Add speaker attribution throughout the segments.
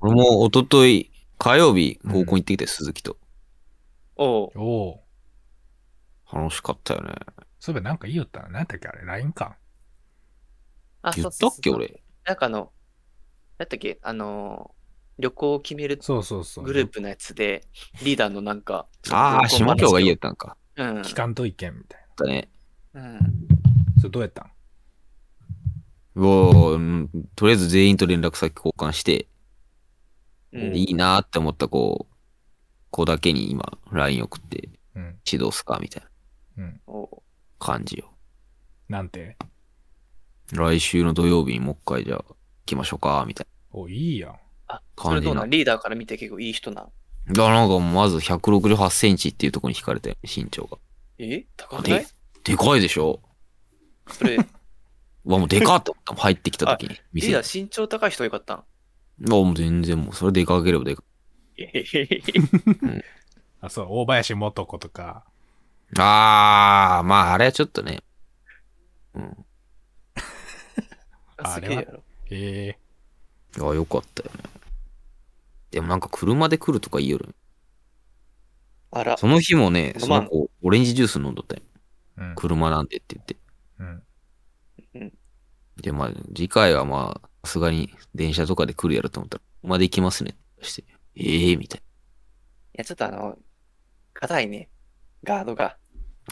Speaker 1: もう一昨日火曜日合コン行ってきて、鈴木と。
Speaker 2: おう。
Speaker 3: おお
Speaker 1: 楽しかったよね。
Speaker 3: そういえばなんか言いよったな。なんだっけあれ ?LINE か。
Speaker 2: あ
Speaker 1: 言
Speaker 2: そう
Speaker 1: っ
Speaker 2: そ
Speaker 1: た
Speaker 2: う
Speaker 1: っ
Speaker 2: そう
Speaker 1: け俺。
Speaker 2: なんかあの、なんだっけ、あのー、旅行を決める
Speaker 3: そうそうそう。
Speaker 2: グループのやつで、リーダーのなんか、
Speaker 1: ああ、島京が言え
Speaker 2: よ。
Speaker 1: たんか。
Speaker 2: うん。
Speaker 3: 機関と意見みたい
Speaker 1: だね。
Speaker 2: うん。
Speaker 3: な。それどうやったん
Speaker 1: うおーうんとりあえず全員と連絡先交換して、
Speaker 2: うん
Speaker 1: いいなーって思った子、子だけに今、LINE 送って、
Speaker 3: うん。
Speaker 1: 指導すかみたいな
Speaker 3: うん。
Speaker 2: おう
Speaker 1: 感じよ。
Speaker 3: なんて。
Speaker 1: 来週の土曜日にもう一回じゃあ、行きましょうかみたい
Speaker 3: お、いいやん。
Speaker 2: あ、それどうなんリーダーから見て結構いい人なん。
Speaker 1: な。いや、なんかまず168センチっていうところに惹かれたよ、身長が。
Speaker 2: え高くな
Speaker 1: で
Speaker 2: い、
Speaker 1: でかいでしょ
Speaker 2: それ、
Speaker 1: うわ、もうでかっと思ったもん入ってきた時に。
Speaker 2: リ
Speaker 1: 店
Speaker 2: ー
Speaker 1: に
Speaker 2: ダー身長高い人がよかったん。
Speaker 1: あ、もう全然もう、それでかければでか
Speaker 3: あ、そう、大林素子とか。
Speaker 1: い。ああ、まああれはちょっとね。うん。
Speaker 2: あすげえやろ。
Speaker 3: ええ
Speaker 1: あよかったよね。でもなんか車で来るとか言いよる。
Speaker 2: あら、
Speaker 1: その日もね、
Speaker 2: ロ
Speaker 1: そ
Speaker 2: マン
Speaker 1: の子、オレンジジュース飲んどったよ。
Speaker 3: うん。
Speaker 1: 車なんでって言って。
Speaker 3: うん。
Speaker 1: で、まあ、次回はまあ、さすがに電車とかで来るやろと思ったら、まで行きますね。して、ええみたい
Speaker 2: いや、ちょっとあの、硬いね。ガードが。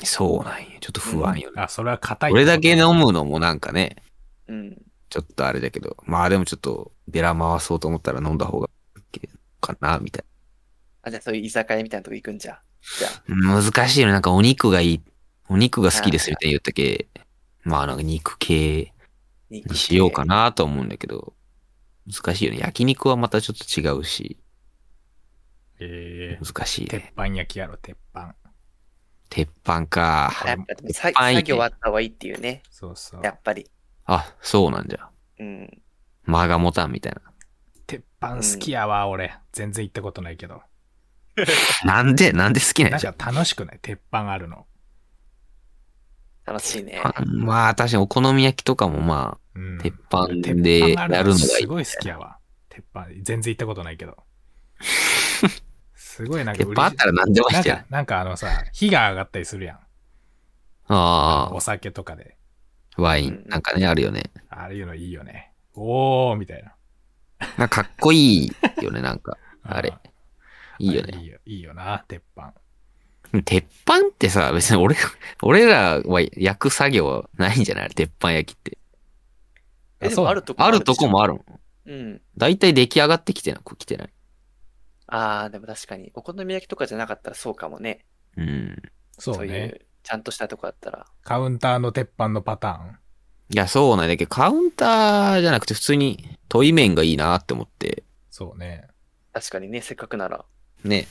Speaker 1: な。そうなんや。ちょっと不安よね。
Speaker 3: あ、それは硬い。
Speaker 1: 俺だけ飲。むのもなんかね、
Speaker 2: うん。
Speaker 1: ちょっとあれだけど、まあでもちょっと、ベラ回そうと思ったら飲んだ方が、かな、みたいな。
Speaker 2: あ、じゃあそういう居酒屋みたいなとこ行くんじゃん。じゃあ、
Speaker 1: 難しいよね。なんかお肉がいい。お肉が好きですみたいに言ったけ。まあなんか肉系
Speaker 2: に
Speaker 1: にしようか。なと思うんだけど。難しいよね。焼肉はまたちょっと違うし。
Speaker 3: ええ
Speaker 1: 難しい
Speaker 3: 鉄
Speaker 1: ね。
Speaker 3: 板焼きやろ、鉄板。
Speaker 1: 鉄板か。
Speaker 2: あやっぱでもさ
Speaker 1: 鉄板いいね
Speaker 2: 作業あった方がいいっていうね。
Speaker 3: そうそう
Speaker 2: や。っぱり。
Speaker 1: あ、そうなんじゃ。
Speaker 2: うん。
Speaker 1: 間が持たんみたい
Speaker 3: 鉄板好きやわ、俺。全然行ったことないけど。
Speaker 1: な。なんでなんで好きなん
Speaker 3: なん
Speaker 1: じゃ
Speaker 3: か。楽しくない鉄板あるの。
Speaker 2: 楽しいね。
Speaker 1: あまあ確かにお好み焼きとかもま
Speaker 3: うん
Speaker 1: あ、。鉄板でやるのがい
Speaker 3: す
Speaker 1: い。
Speaker 3: ごい好きやわ。鉄板、全然行ったことないけど。すごいなんか
Speaker 1: 鉄
Speaker 3: 嬉しい
Speaker 1: 板あったら何でもし
Speaker 3: なん
Speaker 1: てやる
Speaker 3: か。なんかあのさ、火が上がったりするやん。
Speaker 1: あ
Speaker 3: お酒とかで。
Speaker 1: あ、ワイン。なんかね、あるよね。
Speaker 3: ああいうのいいよね。おーみたいな。
Speaker 1: なんかかっこいいよね、なんか。あれ
Speaker 3: うん。
Speaker 1: いいよね。
Speaker 3: いいよ。いいよな、鉄板。
Speaker 1: 鉄板ってさ、 別に俺、俺らは焼く作業はないんじゃない鉄板焼きって。
Speaker 2: え、で
Speaker 3: そうなの
Speaker 2: もあるとこ
Speaker 1: あるとこもあるもん。
Speaker 2: る。うん。
Speaker 1: だいたい出来上がってきてない、来てない。
Speaker 2: ああ、でも確かに。お好み焼きとかじゃなかったらそうかもね。
Speaker 1: うん。
Speaker 3: そう
Speaker 2: い
Speaker 3: ね。
Speaker 2: う、ちゃんとしたとこだったら。
Speaker 3: カウンターの鉄板のパターン。
Speaker 1: いや、そうなんだけど、カウンターじゃなくて普通に、問い面がいいなって思って。
Speaker 3: そうね。
Speaker 2: 確かにね、せっかくなら。
Speaker 1: ね。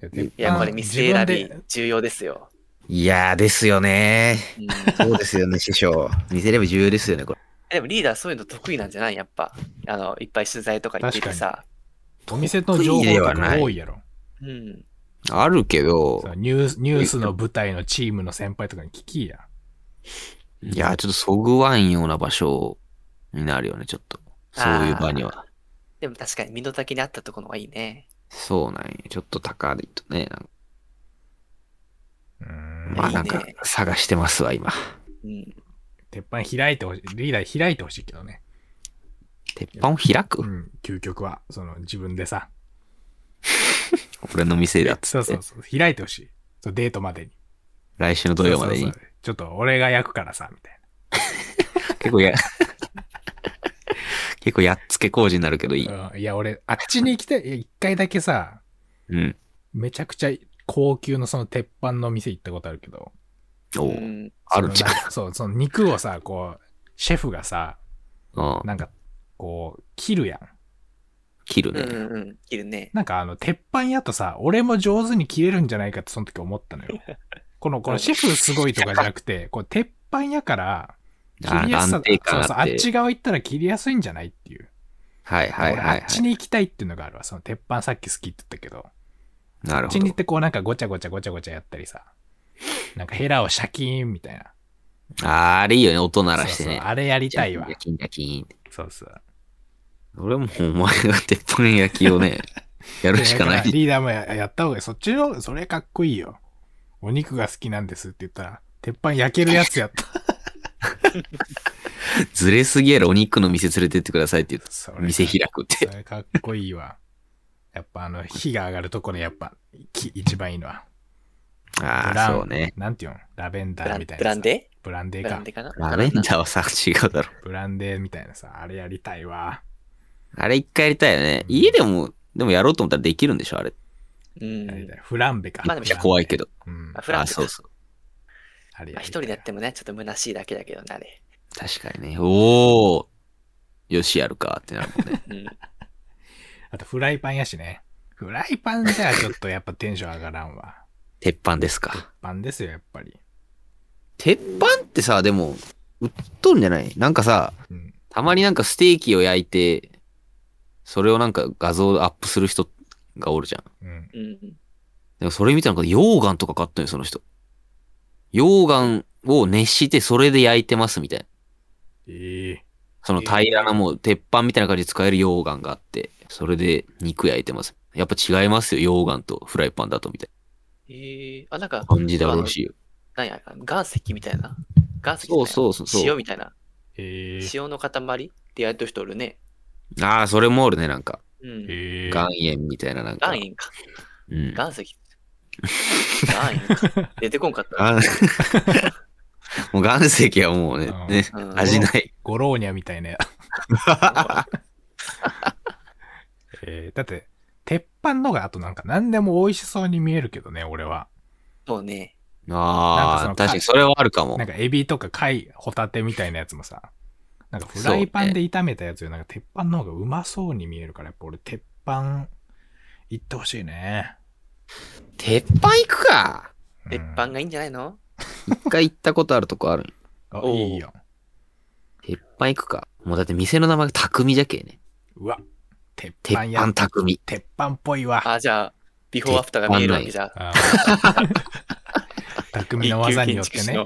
Speaker 3: で鉄板
Speaker 2: いややっぱり店選
Speaker 3: 自
Speaker 2: び
Speaker 3: 分で、
Speaker 2: 重要ですよ。
Speaker 1: いやーですよね
Speaker 2: うん、
Speaker 1: そうですよね、師匠。 見せれば重要ですよね、これ。
Speaker 2: でもリーダーそういうの得意なんじゃないやっぱ。あの、いっぱい取材とか行っててさ。
Speaker 3: お店の情報
Speaker 1: 得意で
Speaker 3: と
Speaker 1: はな
Speaker 3: か
Speaker 1: い
Speaker 3: 多いやろ。
Speaker 2: うん。
Speaker 1: あるけど
Speaker 3: そ、うニュースニュースの舞台のチームの先輩とかに聞きや。
Speaker 1: いやーちょっとそぐわんような場所になるよね、ちょっと。そういう場には。
Speaker 2: でも確かに身の丈にあったところがいいね。
Speaker 1: そうなんよ。ちょっと高いとね、なんか
Speaker 3: うーん
Speaker 1: まあなん
Speaker 2: いい
Speaker 1: か
Speaker 2: ね
Speaker 1: 探してますわ、今。
Speaker 2: うん。
Speaker 3: 鉄板開いてほしい、リーダー開いてほしいけどね。
Speaker 1: 鉄板を開く、
Speaker 3: うん、究極は、その自分でさ。
Speaker 1: 俺の店だっつ
Speaker 3: そう
Speaker 1: って
Speaker 3: そうそう、開いてほしい。そうデートまでに。
Speaker 1: 来週の土曜までに
Speaker 3: そうそうそうちょっと俺が焼くからさ、みたい
Speaker 1: 結構や 結構やっつけ工事になるけどいい、
Speaker 3: な。うんいや、俺、あっちに行きたい。いや一回だけさ、
Speaker 1: うん、
Speaker 3: めちゃくちゃ高級のその鉄板の店行ったことあるけど。
Speaker 1: おう
Speaker 2: うん
Speaker 1: あるんちゃ
Speaker 3: そのなそう、その肉をさ、こう、シェフがさ、
Speaker 1: う、うん、
Speaker 3: なんか、こう、切るやん。
Speaker 1: 切る
Speaker 2: う
Speaker 1: ね、
Speaker 2: んうんうん。いるね。
Speaker 3: なんかあの、鉄板やとさ、俺も上手に切れるんじゃないかってその時思ったの よ。この、このシェフすごいとかじゃなくて、こう、鉄板やから、切
Speaker 1: あ
Speaker 3: りやすさ
Speaker 1: 安定
Speaker 3: そ
Speaker 1: 感
Speaker 3: う
Speaker 1: あって
Speaker 3: そう、あっち側行ったら切りやすいんじゃないっていう。
Speaker 1: はいはい
Speaker 3: 俺
Speaker 1: はいは
Speaker 3: あっちに行きたいっていうのがあるわ。その鉄板さっき好きって言ったけど、
Speaker 1: いな
Speaker 3: あ
Speaker 1: る
Speaker 3: っ
Speaker 1: ほ
Speaker 3: ちに行
Speaker 1: ど
Speaker 3: ってこうなんかごちゃごちゃごちゃごちゃやったりさ、なんかヘラをシャキーンみたいな。
Speaker 1: あーあれいいよね音鳴らして
Speaker 3: そう
Speaker 1: ね
Speaker 3: そうあれやりたいわ
Speaker 1: ジャ。キンジャキンジャキン
Speaker 3: そうそう。
Speaker 1: 俺もお前が鉄板焼きを ね、やるしかない
Speaker 3: や。リーダーもややった方がいい。そっちの、それかっこいいよ。お肉が好きなんですって言ったら、鉄板焼けるやつ やった。
Speaker 1: ずれすぎやろ、お肉の店連れてってくださいって言う
Speaker 3: そ
Speaker 1: と、
Speaker 3: れ
Speaker 1: 店開くって。
Speaker 3: それかっこいいわ。やっぱあの、火が上がるところやっぱ、き一番いいのは。
Speaker 1: あ
Speaker 3: ブ
Speaker 1: あ、
Speaker 3: ラン
Speaker 1: そうね。
Speaker 3: なんていうのラベンダ
Speaker 2: ブ
Speaker 3: ー
Speaker 2: ラン
Speaker 3: みたい
Speaker 2: ブ
Speaker 3: な
Speaker 2: ラ
Speaker 3: さ
Speaker 2: ンデ
Speaker 3: ブランデ
Speaker 2: ー
Speaker 3: ー
Speaker 2: ブラ
Speaker 3: か
Speaker 2: ンデ。ーかな
Speaker 1: ラベンダーはさ、違うだろ。
Speaker 3: ブランデーみたいなさ、あれやりたいわ。
Speaker 1: あれ一回やりたいよね。家でも、でもやろうと思ったらできるんでしょ、あれ。
Speaker 2: うん
Speaker 3: や。りたい。フランベか。
Speaker 2: まあでも
Speaker 1: いや怖いけ
Speaker 3: ど。
Speaker 1: ど。
Speaker 3: うん
Speaker 2: まあ。フラン
Speaker 1: あ
Speaker 2: ス
Speaker 1: そうそう。
Speaker 3: あれやり
Speaker 2: ま
Speaker 3: た
Speaker 2: あ
Speaker 3: い
Speaker 2: 一人でやってもね、ちょっと虚しいだけだけどね、あれ。
Speaker 1: 確かにね。おおよし、やるかってな るもんね。
Speaker 2: うん。
Speaker 3: あとフライパンやしね。フライパンじゃちょっとやっぱテンション上がらんわ。
Speaker 1: 鉄板ですか。
Speaker 3: パンですよ、やっぱり。
Speaker 1: 鉄板ってさ、でも、売っとるんじゃないなんかさ、
Speaker 3: うん。
Speaker 1: たまになんかステーキを焼いて、それをなんか画像アップする人がおるじゃん。
Speaker 3: うん。
Speaker 2: うん。
Speaker 1: でもそれ見たらなんか溶岩とか買ったよ、その人。溶岩を熱してそれで焼いてますみたいな。
Speaker 3: ええ
Speaker 1: その平らなもう鉄板みたいな感じで使える溶岩があって、それで肉焼いてます。やっぱ違いますよ、溶岩とフライパンだとみたい
Speaker 2: えー、あ、なんか、
Speaker 1: な感じであるらしいよ。
Speaker 2: なんや、岩石みたいな。岩石
Speaker 1: そ
Speaker 2: みたいな
Speaker 1: うそうそうそう
Speaker 2: 塩みたいな。
Speaker 3: ええ
Speaker 2: 塩の塊ってやると人おるね。
Speaker 1: ああ、それもあるね、なんか。
Speaker 2: うん。
Speaker 3: ええ
Speaker 1: 岩塩みたいななんか。
Speaker 2: 岩塩か。
Speaker 1: うん。
Speaker 2: 岩石。岩塩か。出てこんかった。
Speaker 1: 岩 もう岩石はもうね、
Speaker 3: うん
Speaker 1: ね
Speaker 2: う ん
Speaker 1: 味ない。
Speaker 3: ゴローニャみたいな。ええだって、鉄板のがあとなんか何でも美味しそうに見えるけどね、俺は。
Speaker 2: そうね。
Speaker 1: あ
Speaker 3: なんかその
Speaker 1: あ、確かにそれはあるかも
Speaker 3: なん。かエビとか貝、ホタテみたいなやつもさ、なんかフライパンで炒めたやつよりなんか鉄板の方がうまそうに見えるから、やっぱ俺鉄板行ってほしいね。
Speaker 1: 鉄板行くか
Speaker 3: うん
Speaker 2: 鉄板がいいんじゃないの
Speaker 1: 一回行ったことあるとこある。
Speaker 3: あ
Speaker 2: おう
Speaker 3: いいよ。
Speaker 1: 鉄板行くか。もうだって店の名前が匠じゃけえね。
Speaker 3: うわ、鉄
Speaker 1: 鉄
Speaker 3: 板や
Speaker 1: 板匠。
Speaker 3: 鉄板っぽいわ。
Speaker 2: あ、じゃあ、ビフォーアフターが見えるわけじゃ。
Speaker 3: あ 匠の技によってね。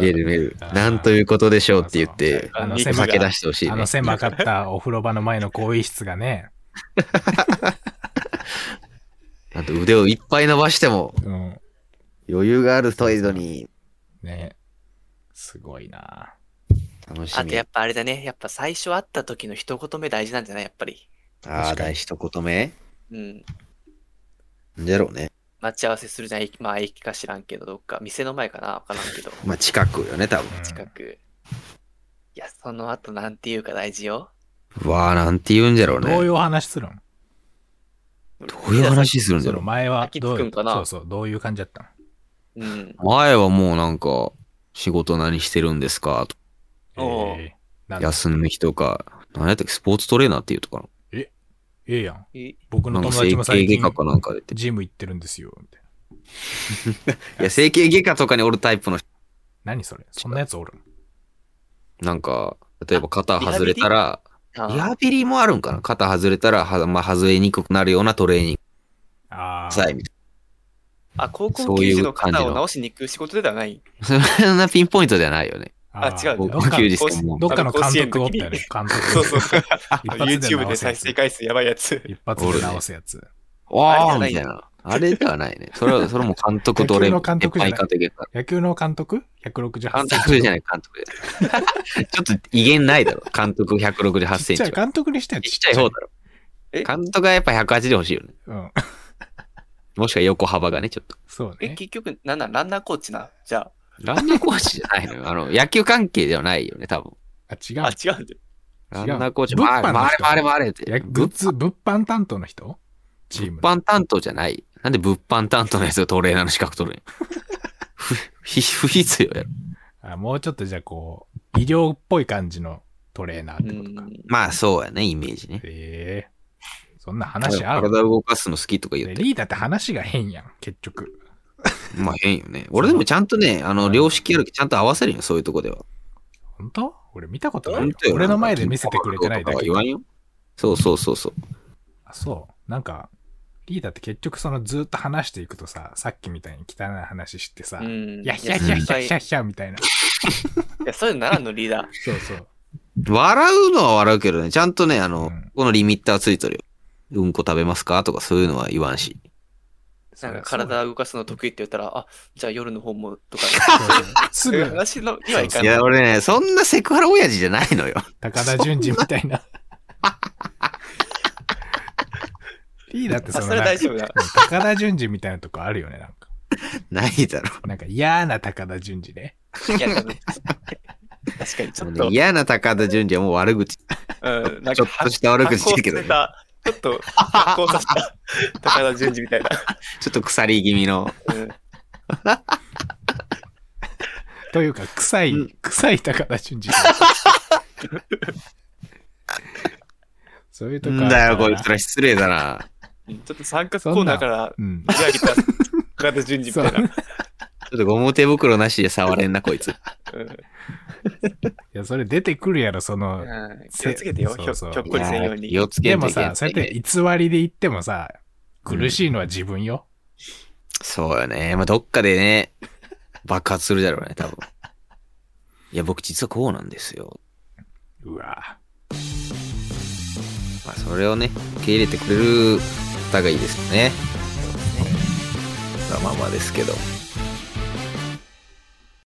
Speaker 1: 見える見える
Speaker 3: あ。ー
Speaker 1: なんということでしょうって言って、
Speaker 3: あの
Speaker 1: お
Speaker 3: 狭
Speaker 1: 酒
Speaker 3: か
Speaker 1: 出してほしい
Speaker 3: あ
Speaker 1: ね
Speaker 3: の。狭かったお風呂場の前の更衣室がね、
Speaker 1: あと腕をいっぱい伸ばしても
Speaker 3: うん、
Speaker 1: 余裕があるトイドに
Speaker 3: ね、すごいな。
Speaker 1: 楽し
Speaker 2: あと
Speaker 1: み。
Speaker 2: やっ
Speaker 1: あ
Speaker 2: ぱあれだね。やっぱ最初会った時の一言目大事なんじゃないやっぱり。
Speaker 1: あー、大一言目
Speaker 2: うん。
Speaker 1: なんじゃろうね。
Speaker 2: 待ち合わせするじゃん。駅まあ、駅か知らんけど、どっか。店の前かなわからんけど。
Speaker 1: まあ近くよね、多分。
Speaker 3: うん
Speaker 2: 近く。いや、その後なんて言うか大事よ。
Speaker 1: うわあ、なんて言うんじゃろうね。
Speaker 3: ど
Speaker 1: ど
Speaker 3: う
Speaker 1: う
Speaker 3: い
Speaker 1: いう
Speaker 3: お話するん
Speaker 1: う話するんじ
Speaker 3: そ
Speaker 1: ゃろ
Speaker 3: の
Speaker 1: う。
Speaker 3: 前は
Speaker 2: 秋
Speaker 3: どう
Speaker 2: くんかな
Speaker 3: そうそう、どういう感じだったの
Speaker 2: うん。
Speaker 1: 前はもうなんか、仕事何してるんですかと
Speaker 2: おう
Speaker 3: えーなんだ
Speaker 1: 休む日とか、何やったっけ、スポーツトレーナーっていうとか
Speaker 3: ええやん。
Speaker 2: え
Speaker 3: 僕
Speaker 1: な。な
Speaker 3: の
Speaker 1: ん
Speaker 3: 友
Speaker 1: か
Speaker 3: 達
Speaker 1: 整
Speaker 3: も
Speaker 1: 形
Speaker 3: 最
Speaker 1: 外
Speaker 3: 近
Speaker 1: 科かなんかでって。
Speaker 3: ジム行ってるんですよ。みたいない
Speaker 1: や、整形外科とかにおるタイプの人、
Speaker 3: 何それそんなやつおる
Speaker 1: なんか、例えば肩外れたら、
Speaker 2: あ
Speaker 1: リハビリもあるんかな肩外れたら、はまあ、外れにくくなるようなトレーニング
Speaker 3: ああ。
Speaker 1: さえ、みたい
Speaker 2: あ、高
Speaker 1: そ
Speaker 2: 校
Speaker 1: うい
Speaker 2: 球
Speaker 1: う
Speaker 2: 児の肩
Speaker 1: 感
Speaker 2: を
Speaker 1: じの
Speaker 2: 直しに行く仕事ではない。
Speaker 1: な。 そんなピンポイントではないよね。
Speaker 3: あー
Speaker 2: あ違う
Speaker 1: 高
Speaker 2: ん
Speaker 3: どっ
Speaker 1: 校
Speaker 3: か
Speaker 1: 球児さんも。
Speaker 3: どっかの監督おったよね。監督。
Speaker 2: そう。
Speaker 3: 一発で直すやつ
Speaker 2: 回数やばいやつ。
Speaker 3: 一発で直すやつ。
Speaker 1: わー
Speaker 2: あれ
Speaker 1: み
Speaker 2: じ
Speaker 1: たい
Speaker 2: ゃ
Speaker 1: な。あれではないね。それ は、それも監督と俺
Speaker 3: 野球の監督じゃない
Speaker 1: 鉄板監督やから
Speaker 3: 野球の監督 ?168
Speaker 1: 監督
Speaker 3: セ
Speaker 1: じ
Speaker 3: ンチ。
Speaker 1: ゃない、監督 で。ちょっと威厳ないだろ。監督168
Speaker 3: ち
Speaker 1: セ
Speaker 3: っ
Speaker 1: ン
Speaker 3: ちゃ
Speaker 1: チ
Speaker 3: い
Speaker 1: は。
Speaker 3: 監督にしては
Speaker 1: ちっちゃい方だろ。
Speaker 2: え
Speaker 1: 監督はやっぱ180欲しいよね。
Speaker 3: うん。
Speaker 1: もしくは横幅がね、ちょっと。
Speaker 3: そう
Speaker 2: え、
Speaker 3: ね。
Speaker 2: 結局、なんなんランナーコーチな。じゃ
Speaker 1: ランナーコーチじゃないのよ。あの、野球関係ではないよね、多分。
Speaker 3: あ、違
Speaker 2: あ。あ、違うんだよ。
Speaker 1: ランナーコーチ、
Speaker 3: 物
Speaker 1: 回
Speaker 3: 販
Speaker 1: れ
Speaker 3: の
Speaker 1: 回れ
Speaker 3: 人
Speaker 1: 回れ回れって。
Speaker 3: う。やグッズ、物販担当の人チーム。
Speaker 1: 物販担当じゃない。なんで物販担当のやつがトレーナーの 資格取るんや。ふひ不必要やろ。
Speaker 3: あもうちょっとじゃあこう、医療っぽい感じのトレーナーってことか。
Speaker 2: うん
Speaker 1: まあそうやね、イメージね。
Speaker 3: ええそんな話合う
Speaker 1: 体動かすの好きとか言って。
Speaker 3: リーダーって話が変やん、結局。
Speaker 1: まあ変よね。俺でもちゃんとね、あの、良識あるけどちゃんと合わせるよ、そういうとこでは。
Speaker 3: 本当俺見たことな
Speaker 1: ほ
Speaker 3: い
Speaker 1: ん
Speaker 3: よ
Speaker 1: と。よ
Speaker 3: 俺の前で見せてくれてない
Speaker 1: と
Speaker 3: だ
Speaker 1: かは
Speaker 3: け
Speaker 1: 言。わんよ。そうそうそうそう。
Speaker 3: あそう。なんか、リーダーって結局そのずっと話していくとさ、さっきみたいに汚い話してさ、
Speaker 2: うん。
Speaker 3: いやひゃひゃひゃ
Speaker 2: い
Speaker 3: ひゃひゃみたいな。
Speaker 2: や、そういうのならんの、リーダー。
Speaker 3: そうそう。
Speaker 1: 笑うのは笑うけどね、ちゃんとね、あの、
Speaker 3: うん
Speaker 1: ここのリミッターついてるよ。うんこ食べますかとかそういうのは言わんし。
Speaker 2: なんか体動かすの得意って言ったら、あ、じゃあ夜の方もとか、
Speaker 3: すぐ
Speaker 2: 話のにはいか
Speaker 1: い
Speaker 2: ない。
Speaker 1: や、俺ね、そんなセクハラ親父じゃないのよ。
Speaker 3: 高田純次みたいな。リーダーってそ
Speaker 2: あ、
Speaker 3: の
Speaker 2: そ
Speaker 3: なん
Speaker 2: れ
Speaker 3: か
Speaker 2: は大丈夫だ。
Speaker 3: 高田純次みたいなとこあるよね、なんか。
Speaker 1: ないだろ。
Speaker 3: なんか嫌な高田純次ね。
Speaker 2: いや、多分確かに、ちょっ
Speaker 1: もう
Speaker 2: と
Speaker 1: ね、嫌な高田純次はもう悪口。ち
Speaker 2: うん、なん
Speaker 1: ょ
Speaker 2: か
Speaker 1: っとした悪口言ってるけど、ね、
Speaker 2: 発酵させたちょっと発酵させた高田純次みたいな。
Speaker 1: ちょっと鎖気味の。
Speaker 2: うん
Speaker 3: というか、臭い、
Speaker 1: うん
Speaker 3: 臭い高田純次。そういうとこあ
Speaker 1: ん
Speaker 3: る
Speaker 1: だよ、
Speaker 3: か
Speaker 1: こ
Speaker 3: ら
Speaker 1: いつら失礼だな。
Speaker 2: ちょっと三角コーナーから
Speaker 3: うん。
Speaker 2: 手挙げた高田純次み
Speaker 3: そ
Speaker 2: た
Speaker 3: う
Speaker 2: いな。
Speaker 1: ちょっとゴム手袋なしで触れんな、こいつ。
Speaker 2: うん
Speaker 3: いや、それ出てくるやろ、その、
Speaker 2: うん気をつけてよ、ひ
Speaker 3: そう
Speaker 2: ょ
Speaker 3: そう
Speaker 2: ひょっこりせんよう
Speaker 1: い
Speaker 2: に
Speaker 1: や。気をつけ
Speaker 3: で
Speaker 1: んと
Speaker 3: も
Speaker 1: いけん
Speaker 3: さ、そうやって偽りで言ってもさ、苦しいのは自分よ。
Speaker 1: そうよね。まあ、どっかでね、 爆発するだろうね、多分。いや、僕実はこうなんですよ。
Speaker 3: うわ
Speaker 1: まあ、それをね、受け入れてくれる方がいいですね。まあまあまあですけど。